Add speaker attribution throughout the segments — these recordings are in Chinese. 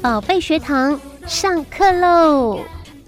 Speaker 1: 宝贝学堂上课喽！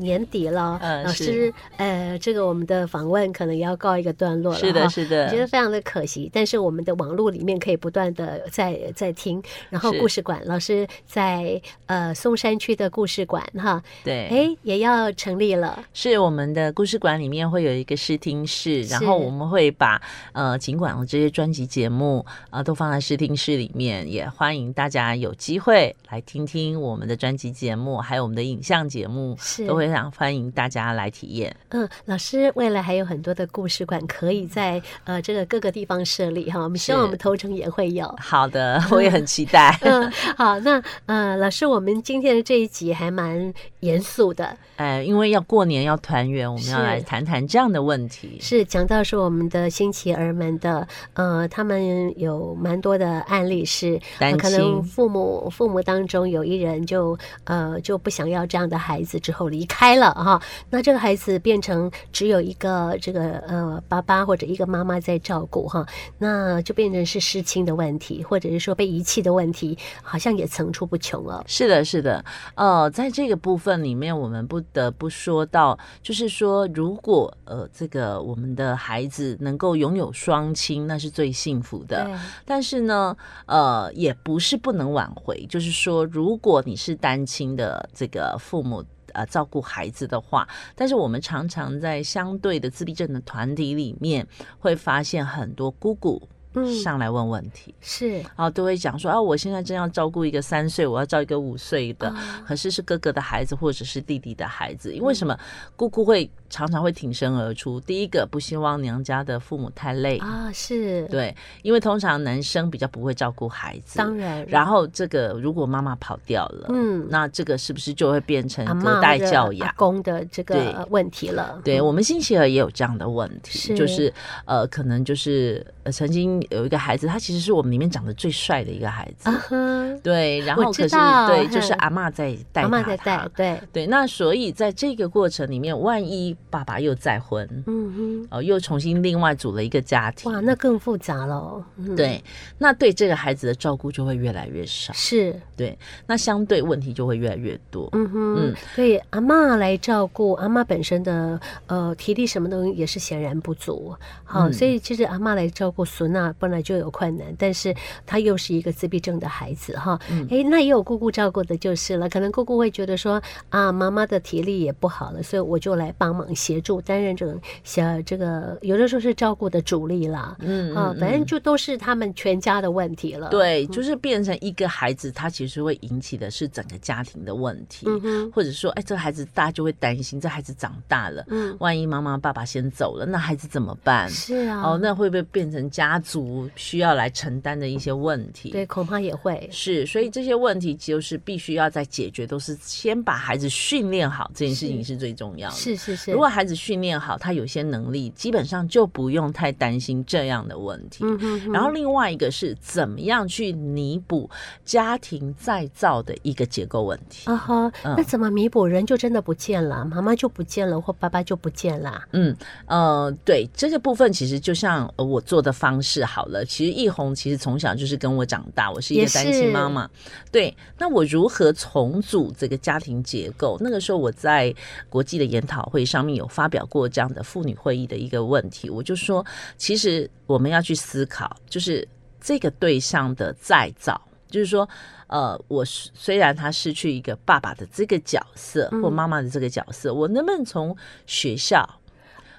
Speaker 1: 年底了，
Speaker 2: 嗯
Speaker 1: 老
Speaker 2: 是
Speaker 1: 师，呃，这个我们的访问可能也要告一个段落了哈。
Speaker 2: 是的，是
Speaker 1: 我觉得
Speaker 2: 的，
Speaker 1: 非常的可惜，但是我们的网络里面可以不断的在在听，然后
Speaker 2: 是
Speaker 1: 故事馆老师在呃松山区的故事馆哈，
Speaker 2: 对，
Speaker 1: 哎也要成立了，
Speaker 2: 是我们的故事馆里面会有一个试听室，然后
Speaker 1: 是
Speaker 2: 我们会把呃尽管我这些专辑节目啊、呃都放在试听室里面，也欢迎大家有机会来听听我们的专辑节目，还有我们的影像节目，
Speaker 1: 是
Speaker 2: 都会让欢迎大家来体 验。
Speaker 1: 嗯，老师未来还有很多的故事馆可以在呃这个各个地方设立哈，我们希望
Speaker 2: 是
Speaker 1: 我们头城也会有。
Speaker 2: 好的，我也很期待。
Speaker 1: 嗯，好，那呃，老师，我们今天的这一集还蛮严肃的，
Speaker 2: 呃，因为要过年要团圆，我们要
Speaker 1: 是
Speaker 2: 来谈谈这样的问题。
Speaker 1: 是讲到是我们的新奇儿们的，呃，他们有蛮多的案例是，呃、
Speaker 2: 单
Speaker 1: 可能
Speaker 2: 亲
Speaker 1: 父母父母当中有一人就呃就不想要这样的孩子，之后离开了哈，那这个孩子变成只有一个这个呃爸爸或者一个妈妈在照顾哈，那就变成是失亲的问题，或者是说被遗弃的问题，好像也层出不穷哦。
Speaker 2: 是的，是的，呃，在这个部分里面，我们不得不说到，就是说，如果呃，这个我们的孩子能够拥有双亲，那是最幸福的。但是呢，呃，也不是不能挽回，就是说，如果你是单亲的这个父母。呃，照顾孩子的话，但是我们常常在相对的自闭症的团体里面，会发现很多姑姑
Speaker 1: 嗯
Speaker 2: 上来问问题，
Speaker 1: 是
Speaker 2: 然后都会讲说啊，我现在正要照顾一个三岁，我要照顾一个五岁的，
Speaker 1: 啊
Speaker 2: 可是是哥哥的孩子或者是弟弟的孩子。
Speaker 1: 嗯
Speaker 2: 因为什么？姑姑会常常会挺身而出。第一个不希望娘家的父母太累，
Speaker 1: 啊，是，
Speaker 2: 对，因为通常男生比较不会照顾孩子。
Speaker 1: 当然，
Speaker 2: 然后这个如果妈妈跑掉了，
Speaker 1: 嗯
Speaker 2: 那这个是不是就会变成
Speaker 1: 阿
Speaker 2: 隔
Speaker 1: 嬷
Speaker 2: 代
Speaker 1: 或者
Speaker 2: 教
Speaker 1: 阿
Speaker 2: 养？
Speaker 1: 公的这
Speaker 2: 对
Speaker 1: 个呃问题了。
Speaker 2: 对
Speaker 1: 嗯
Speaker 2: 我们新奇儿也有这样的问题，
Speaker 1: 是
Speaker 2: 就是呃，可能就是、呃、曾经有一个孩子，他其实是我们里面长得最帅的一个孩子，
Speaker 1: 啊哈，
Speaker 2: 对，然
Speaker 1: 我
Speaker 2: 后
Speaker 1: 知
Speaker 2: 可是
Speaker 1: 道
Speaker 2: 对，就是
Speaker 1: 哼
Speaker 2: 阿嬷在带
Speaker 1: 阿
Speaker 2: 他，
Speaker 1: 嬷在带
Speaker 2: 他，
Speaker 1: 对，
Speaker 2: 对，那所以在这个过程里面，万一爸爸又再婚，
Speaker 1: 嗯
Speaker 2: 哦、又重新另外组了一个家
Speaker 1: 哼，
Speaker 2: 庭，
Speaker 1: 哇，那更复杂了。嗯，
Speaker 2: 对，那对这个孩子的照顾就会越来越少，
Speaker 1: 是，
Speaker 2: 对，那相对问题就会越来越多。
Speaker 1: 嗯哼，
Speaker 2: 嗯
Speaker 1: 对，阿嬷来照顾，阿嬷本身的呃体力什么东西也是显然不足，好、
Speaker 2: 嗯
Speaker 1: 所以其实阿嬷来照顾孙娜本来就有困难，但是她又是一个自闭症的孩子哈，
Speaker 2: 嗯
Speaker 1: 诶，那也有姑姑照顾的就是了，可能姑姑会觉得说啊，妈妈的体力也不好了，所以我就来帮忙协助担任这种小这个有的时候是照顾的主力啦，
Speaker 2: 嗯
Speaker 1: 啊，
Speaker 2: 嗯
Speaker 1: 反正
Speaker 2: 嗯
Speaker 1: 就都是他们全家的问题了，，
Speaker 2: 对，就是变成一个孩子，他其实会引起的是整个家庭的问题，
Speaker 1: 嗯哼，
Speaker 2: 或者说，哎，这个孩子大家就会担心，这孩子长大了，
Speaker 1: 嗯，
Speaker 2: 万一妈妈爸爸先走了，那孩子怎么办？
Speaker 1: 是啊，
Speaker 2: 哦，那会不会变成家族需要来承担的一些问题？
Speaker 1: 对，，恐怕也会。
Speaker 2: 是，所以这些问题就是必须要在解决，都是先把孩子训练好，这件事情
Speaker 1: 是
Speaker 2: 是最重要的。
Speaker 1: 是是是，
Speaker 2: 如果孩子训练好，他有些能力，基本上就不用太担心这样的问题。
Speaker 1: 嗯哼哼
Speaker 2: 然后另外一个是怎么样去弥补家庭再造的一个结构问题。
Speaker 1: 啊哈，那
Speaker 2: 嗯
Speaker 1: 怎么弥补？人就真的不见了，妈妈就不见了，或爸爸就不见了。
Speaker 2: 嗯，呃，对这个部分，其实就像呃我做的方式好了。其实易红其实从小就是跟我长大，我是一
Speaker 1: 也
Speaker 2: 个
Speaker 1: 是
Speaker 2: 单亲妈妈。对，那我如何重组这个家庭结构？那个时候我在国际的研讨会上面有发表过这样的妇女会议的一个问题，我就说，其实我们要去思考，就是这个对象的再造，就是说。呃，我是虽然他失去一个爸爸的这个角色或
Speaker 1: 嗯
Speaker 2: 妈妈的这个角色，我能不能从学校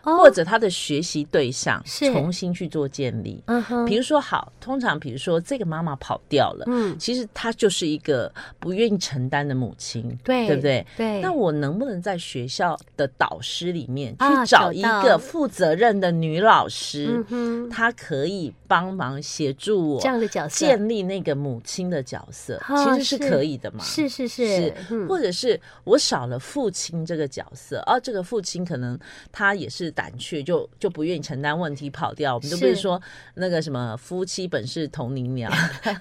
Speaker 1: 哦
Speaker 2: 或者他的学习对象
Speaker 1: 是
Speaker 2: 重新去做建立。
Speaker 1: 嗯哼，
Speaker 2: 比如说，好，通常比如说这个妈妈跑掉了，
Speaker 1: 嗯，
Speaker 2: 其实她就是一个不愿意承担的母亲，
Speaker 1: 对
Speaker 2: 对不对？
Speaker 1: 对，
Speaker 2: 那我能不能在学校的导师里面去
Speaker 1: 啊
Speaker 2: 找
Speaker 1: 找
Speaker 2: 一
Speaker 1: 到
Speaker 2: 个负责任的女老师
Speaker 1: 嗯，哼，
Speaker 2: 她可以帮忙协助
Speaker 1: 这样
Speaker 2: 我
Speaker 1: 的角色
Speaker 2: 建立那个母亲的角色，
Speaker 1: 啊
Speaker 2: 其实是
Speaker 1: 是
Speaker 2: 可以的嘛？
Speaker 1: 是是
Speaker 2: 是
Speaker 1: 是，嗯
Speaker 2: 啊或者是我少了父亲这个角色，而、这个父亲可能他也是是胆怯，就就不愿意承担问题跑掉。我们就不是说那个什么夫妻本是同林鸟，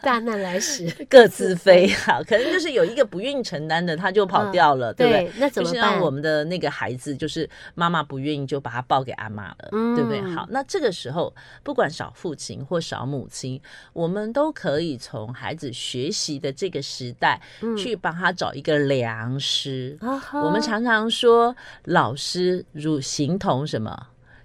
Speaker 1: 大难来 时
Speaker 2: 各 自飞啊，可能就是有一个不愿意承担的，他就跑掉了，对不对？
Speaker 1: 嗯那怎么
Speaker 2: 就是
Speaker 1: 办
Speaker 2: 让我们的那个孩子，就是妈妈不愿意，就把他抱给阿妈了，
Speaker 1: 嗯
Speaker 2: 对不对？好，那这个时候不管少父亲或少母亲，我们都可以从孩子学习的这个时代，
Speaker 1: 嗯
Speaker 2: 去帮他找一个良师。
Speaker 1: 啊哈
Speaker 2: 我们常常说，老师如形同什么？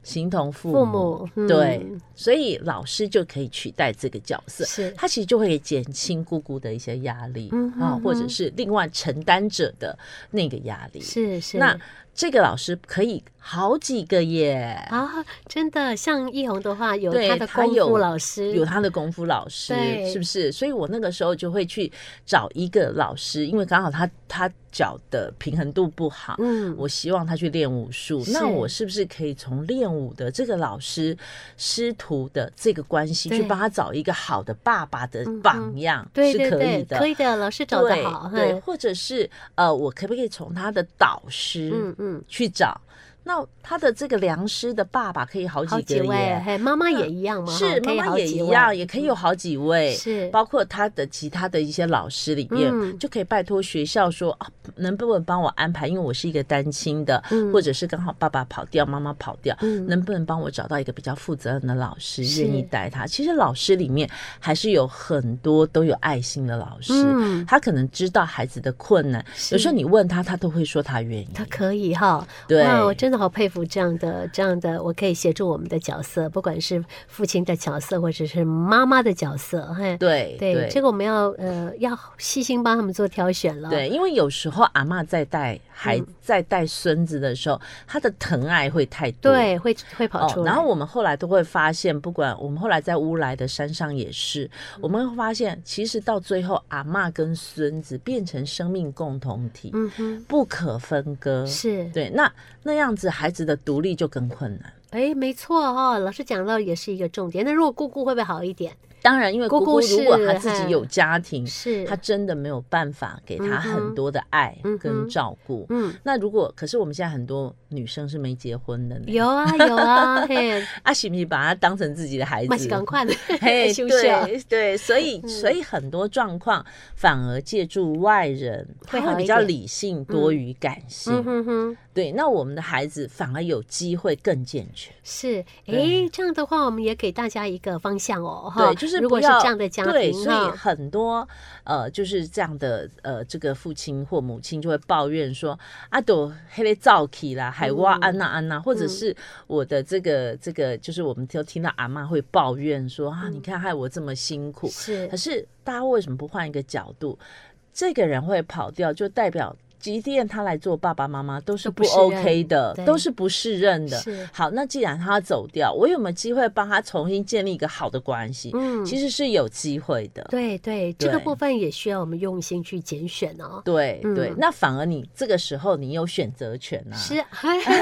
Speaker 2: 形同父母，
Speaker 1: 父母嗯
Speaker 2: 对，所以老师就可以取代这个角色，
Speaker 1: 是
Speaker 2: 他其实就会减轻姑姑的一些压力
Speaker 1: 嗯哼
Speaker 2: 啊，或者
Speaker 1: 哼
Speaker 2: 是另外承担者的那个压力。
Speaker 1: 是是
Speaker 2: 那这个老师可以好几个耶，
Speaker 1: 啊，真的像易红的话，有
Speaker 2: 对
Speaker 1: 他的
Speaker 2: 他
Speaker 1: 功夫
Speaker 2: 有
Speaker 1: 老师，
Speaker 2: 有他的功夫老师
Speaker 1: 对，
Speaker 2: 是不是？所以我那个时候就会去找一个老师，因为刚好他他脚的平衡度不好，
Speaker 1: 嗯，
Speaker 2: 我希望他去练武术，
Speaker 1: 是
Speaker 2: 那我是不是可以从练武的这个老师师徒的这个关系，
Speaker 1: 对
Speaker 2: 去帮他找一个好的爸爸的
Speaker 1: 嗯哼
Speaker 2: 榜样，
Speaker 1: 对
Speaker 2: 是
Speaker 1: 对
Speaker 2: 可以
Speaker 1: 对，
Speaker 2: 的。
Speaker 1: 可以的，老师找
Speaker 2: 对
Speaker 1: 得好，
Speaker 2: 对，
Speaker 1: 嗯
Speaker 2: 或者是呃，我可不可以从他的导师
Speaker 1: 嗯嗯，
Speaker 2: 去找？那他的这个良师的爸爸可以好
Speaker 1: 好
Speaker 2: 几
Speaker 1: 几
Speaker 2: 个
Speaker 1: 位，
Speaker 2: 耶，
Speaker 1: 嘿，妈妈
Speaker 2: 那
Speaker 1: 也一样嘛，哈
Speaker 2: 是
Speaker 1: 可
Speaker 2: 妈
Speaker 1: 以
Speaker 2: 妈
Speaker 1: 好
Speaker 2: 也
Speaker 1: 几
Speaker 2: 一
Speaker 1: 位
Speaker 2: 样，也可以有
Speaker 1: 嗯
Speaker 2: 好几位，
Speaker 1: 是
Speaker 2: 包括他的其他的一些老师里面，
Speaker 1: 嗯
Speaker 2: 就可以拜托学校说啊，能不能帮我安排？因为我是一个单亲的，
Speaker 1: 嗯
Speaker 2: 或者是刚好爸爸跑掉，妈妈跑掉，
Speaker 1: 嗯
Speaker 2: 能不能帮我找到一个比较负责任的老师，
Speaker 1: 是
Speaker 2: 愿意带他？其实老师里面还是有很多都有爱心的老师，
Speaker 1: 嗯
Speaker 2: 他可能知道孩子的困难，有时
Speaker 1: 是
Speaker 2: 候你问他，他都会说他愿意。
Speaker 1: 他可以哈，
Speaker 2: 对
Speaker 1: 哇，我真的好佩服这样的这样的，我可以协助我们的角色，不管是父亲的角色或者是妈妈的角色，嘿，
Speaker 2: 对
Speaker 1: 对，这个我们要呃要细心帮他们做挑选了，
Speaker 2: 对，因为有时候阿嬷在带孩、
Speaker 1: 啊嗯
Speaker 2: 在带孙子的时候，她的疼爱会太多。
Speaker 1: 对，会会跑
Speaker 2: 哦
Speaker 1: 出，来，
Speaker 2: 然后我们后来都会发现，不管我们后来在乌来的山上也是，
Speaker 1: 嗯
Speaker 2: 我们会发现，其实到最后，阿嬷跟孙子变成生命共同体，
Speaker 1: 嗯哼，
Speaker 2: 不可分割。
Speaker 1: 是，
Speaker 2: 嗯对，那那样子孩子的独立就更困难。
Speaker 1: 哎，没错哦，老师讲到也是一个重点。那如果姑姑会不会好一点？
Speaker 2: 当然，因为
Speaker 1: 姑
Speaker 2: 姑
Speaker 1: 姑
Speaker 2: 姑如果
Speaker 1: 是
Speaker 2: 她自己
Speaker 1: 嘿
Speaker 2: 有家庭，
Speaker 1: 是，
Speaker 2: 嗯她真的没有办法给她
Speaker 1: 嗯
Speaker 2: 很
Speaker 1: 哼
Speaker 2: 多的爱
Speaker 1: 嗯
Speaker 2: 跟
Speaker 1: 哼
Speaker 2: 照顾。
Speaker 1: 嗯，
Speaker 2: 那如果可是我们现在很多女生是没结婚的呢，
Speaker 1: 有啊有啊，嘿，
Speaker 2: 啊，是不是把他当成自己的孩
Speaker 1: 马 西赶
Speaker 2: 子？
Speaker 1: 快
Speaker 2: 嘿，
Speaker 1: 休息啊。
Speaker 2: 对对，所以所以很多状况反而借助外人，
Speaker 1: 会
Speaker 2: 他
Speaker 1: 好
Speaker 2: 会比
Speaker 1: 一
Speaker 2: 较
Speaker 1: 点
Speaker 2: 理性多于感性。
Speaker 1: 嗯哼哼，
Speaker 2: 对，那我们的孩子反而有机会更健全。
Speaker 1: 是，
Speaker 2: 对
Speaker 1: 哎，这样的话，我们也给大家一个方向哦，哈，
Speaker 2: 对，就是
Speaker 1: 如果
Speaker 2: 不
Speaker 1: 是
Speaker 2: 要
Speaker 1: 这样的家
Speaker 2: 对，
Speaker 1: 庭
Speaker 2: 所以
Speaker 1: 哈，
Speaker 2: 很多呃，就是这样的呃，这个父亲或母亲就会抱怨说：“啊，都黑嘞造起啦，海哇安娜安娜，或者
Speaker 1: 嗯
Speaker 2: 是我的这个这个，就是我们都听到阿妈会抱怨说：啊，
Speaker 1: 嗯
Speaker 2: 你看害我这么辛苦。
Speaker 1: 是
Speaker 2: 可是大家为什么不换一个角度？这个人会跑掉，就代表。即便他来做爸爸妈妈，都是
Speaker 1: 都不
Speaker 2: 不
Speaker 1: 适任
Speaker 2: OK 的，
Speaker 1: 对
Speaker 2: 都是不适任的。
Speaker 1: 是，
Speaker 2: 好，那既然他走掉，我有没有机会帮他重新建立一个好的关系？
Speaker 1: 嗯，
Speaker 2: 其实是有机会的。
Speaker 1: 对对，这个
Speaker 2: 对
Speaker 1: 部分也需要我们用心去拣选哦。
Speaker 2: 对
Speaker 1: 嗯
Speaker 2: 对，那反而你这个时候你有选择权啊。
Speaker 1: 是，啊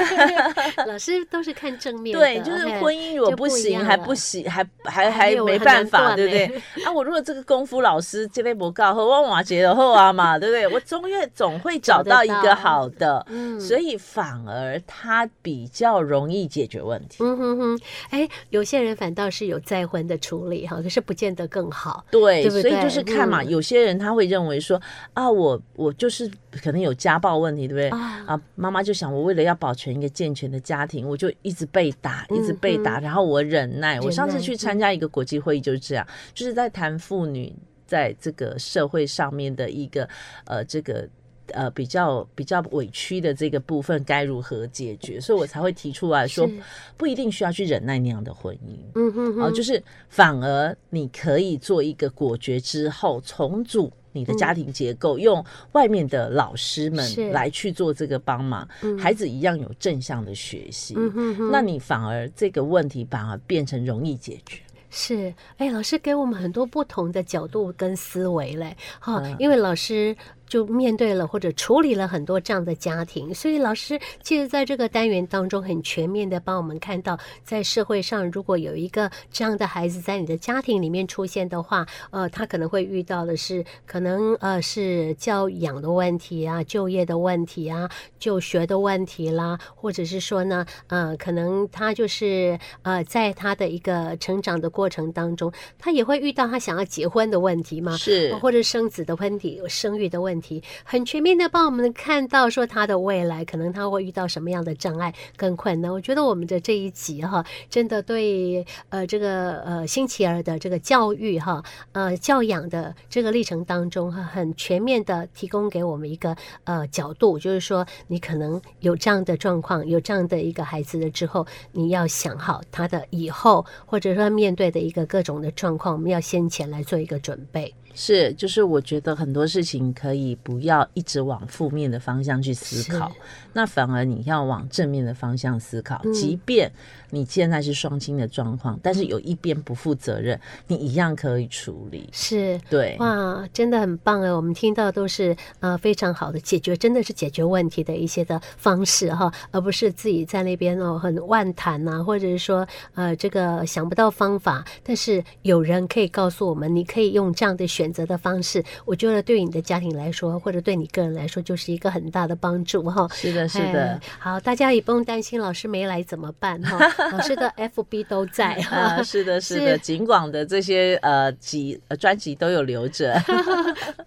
Speaker 1: 老师都是看正面的，
Speaker 2: 对，就是
Speaker 1: 嘿
Speaker 2: 婚姻如果
Speaker 1: 就不
Speaker 2: 不
Speaker 1: 一
Speaker 2: 行，
Speaker 1: 样
Speaker 2: 还
Speaker 1: 了
Speaker 2: 不行，还还
Speaker 1: 还
Speaker 2: 还
Speaker 1: 没有
Speaker 2: 没
Speaker 1: 很
Speaker 2: 办
Speaker 1: 难
Speaker 2: 法，
Speaker 1: 断
Speaker 2: 对不
Speaker 1: 欸
Speaker 2: 对？啊，我如果这个功夫老师这类不告后，我瓦杰的后啊嘛，对不对？我总也总会找
Speaker 1: 找得
Speaker 2: 到一个
Speaker 1: 到
Speaker 2: 好的，
Speaker 1: 嗯
Speaker 2: 所以反而他比较容易解决问题。
Speaker 1: 嗯哼哼，哎，有些人反倒是有再婚的处理哈，可是不见得更好。
Speaker 2: 对，
Speaker 1: 对不
Speaker 2: 所以就
Speaker 1: 对
Speaker 2: 是看嘛，
Speaker 1: 嗯
Speaker 2: 有些人他会认为说啊，我我就是可能有家暴问题，对不对？
Speaker 1: 啊
Speaker 2: 啊，妈妈就想，我为了要保全一个健全的家庭，我就一直被打，一直被打，然后我忍耐。我
Speaker 1: 忍
Speaker 2: 上次
Speaker 1: 耐
Speaker 2: 去
Speaker 1: 嗯
Speaker 2: 参加一个国际会议就是这样，就是在谈妇女在这个社会上面的一个呃这个。呃，比较比较委屈的这个部分该如何解决？所以我才会提出来说
Speaker 1: 是，
Speaker 2: 不一定需要去忍耐那样的婚姻。
Speaker 1: 嗯哼
Speaker 2: 哦，
Speaker 1: 哼，
Speaker 2: 就是反而你可以做一个果决之后重组你的家庭结构，用外面的老师
Speaker 1: 嗯是
Speaker 2: 们来去做这个帮忙，孩子一样有正向的学习。
Speaker 1: 嗯哼哼，
Speaker 2: 那你反而这个问题反而变成容易解决，
Speaker 1: 是，哎，老师给我们很多不同的角度跟思维嘞，哈、
Speaker 2: 嗯
Speaker 1: 因为老师。就面对了或者处理了很多这样的家庭。所以老师其实在这个单元当中很全面的帮我们看到，在社会上如果有一个这样的孩子在你的家庭里面出现的话，呃，他可能会遇到的是可能呃是教养的问题啊、就业的问题啊、就学的问题啦，或者是说呢，呃，可能他就是呃在他的一个成长的过程当中，他也会遇到他想要结婚的问题嘛，
Speaker 2: 是
Speaker 1: 或者生子的问题、生育的问题，很全面的帮我们看到说他的未来可能他会遇到什么样的障碍跟困难。我觉得我们的这一集哈，真的对呃这个呃星期儿的这个教育哈，呃教养的这个历程当中哈，很全面的提供给我们一个呃角度，就是说你可能有这样的状况，有这样的一个孩子了之后，你要想好他的以后，或者说面对的一个各种的状况，我们要先前来做一个准备。
Speaker 2: 是，就是我觉得很多事情可以不要一直往负面的方向去思考，那反而你要往正面的方向思考。
Speaker 1: 嗯
Speaker 2: 即便你现在是双亲的状况，但是有一边不负责任，你一样可以处理。
Speaker 1: 是，
Speaker 2: 对，
Speaker 1: 哇，真的很棒哎！我们听到都是呃非常好的解决，真的是解决问题的一些的方式哈，而不是自己在那边哦很妄谈呐、或者是说呃这个想不到方法。但是有人可以告诉我们，你可以用这样的选择的方式，我觉得对你的家庭来说，或者对你个人来说，就是一个很大的帮助哈。
Speaker 2: 是的，是
Speaker 1: 哎
Speaker 2: 的。，
Speaker 1: 好，大家也不用担心老师没来怎么办 哈，老师的 FB 都在哈
Speaker 2: 啊，。是的，是的，
Speaker 1: 哎是
Speaker 2: 景广的这些呃集呃专辑都有留着，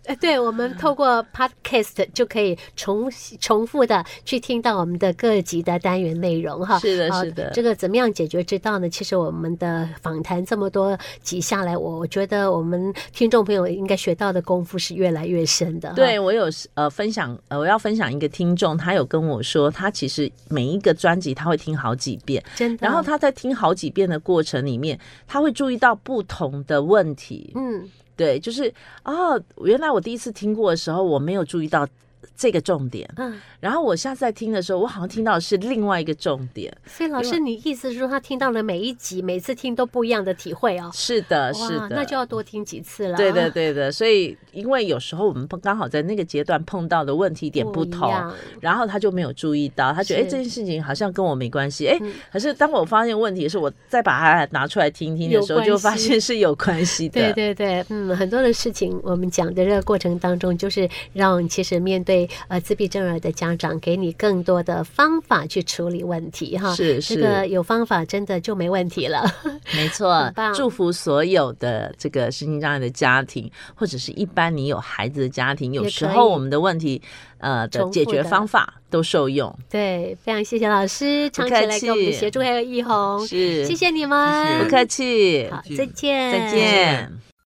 Speaker 1: 呃，对，我们透过 podcast 就可以重重复的去听到我们的各集的单元内容哈。
Speaker 2: 是的
Speaker 1: 好
Speaker 2: 是的
Speaker 1: 这个怎么样解决之道呢？其实我们的访谈这么多集下来，我我觉得我们听众朋友应该学到的功夫是越来越深的哈。
Speaker 2: 对我有呃分享，呃我要分享一个听众，他有跟我说，他其实每一个专辑他会听好几遍，
Speaker 1: 真的。
Speaker 2: 然后，他在听好几遍的过程里面，他会注意到不同的问题。
Speaker 1: 嗯，
Speaker 2: 对，就是哦，原来我第一次听过的时候，我没有注意到这个重点，
Speaker 1: 嗯，
Speaker 2: 然后我下次再听的时候，我好像听到的是另外一个重点。
Speaker 1: 所以老师，你意思是说他听到了每一集，每次听都不一样的体会哦？
Speaker 2: 是的，
Speaker 1: 哇
Speaker 2: 是的，
Speaker 1: 那就要多听几次了。啊
Speaker 2: 对的，。对的，所以因为有时候我们碰刚好在那个阶段碰到的问题点不
Speaker 1: 一
Speaker 2: 同，
Speaker 1: 样
Speaker 2: 然后他就没有注意到，他觉得哎
Speaker 1: 是
Speaker 2: 这件事情好像跟我没关系，哎
Speaker 1: 嗯，
Speaker 2: 可是当我发现问题的时候，我再把它拿出来听听的时候，
Speaker 1: 有关系
Speaker 2: 就发现是有关系的。
Speaker 1: 对对对，嗯，很多的事情我们讲的这个过程当中，就是让其实面对呃自闭症儿的家长，给你更多的方法去处理问题哈。
Speaker 2: 是
Speaker 1: 这
Speaker 2: 是，
Speaker 1: 个有方法，真的就没问题了。
Speaker 2: 没错
Speaker 1: 很棒。
Speaker 2: 祝福所有的这个身心障碍的家庭，或者是一般你有孩子的家庭，
Speaker 1: 可
Speaker 2: 有
Speaker 1: 以
Speaker 2: 时候我们的问题呃的
Speaker 1: 重复
Speaker 2: 解决
Speaker 1: 的
Speaker 2: 方法都受用。
Speaker 1: 对，非常谢谢老师
Speaker 2: 不
Speaker 1: 长期
Speaker 2: 客
Speaker 1: 来给我们的
Speaker 2: 气
Speaker 1: 协助，还有易红，
Speaker 2: 是
Speaker 1: 谢谢你们，
Speaker 2: 不客气，
Speaker 1: 嗯好，再见，
Speaker 2: 再见。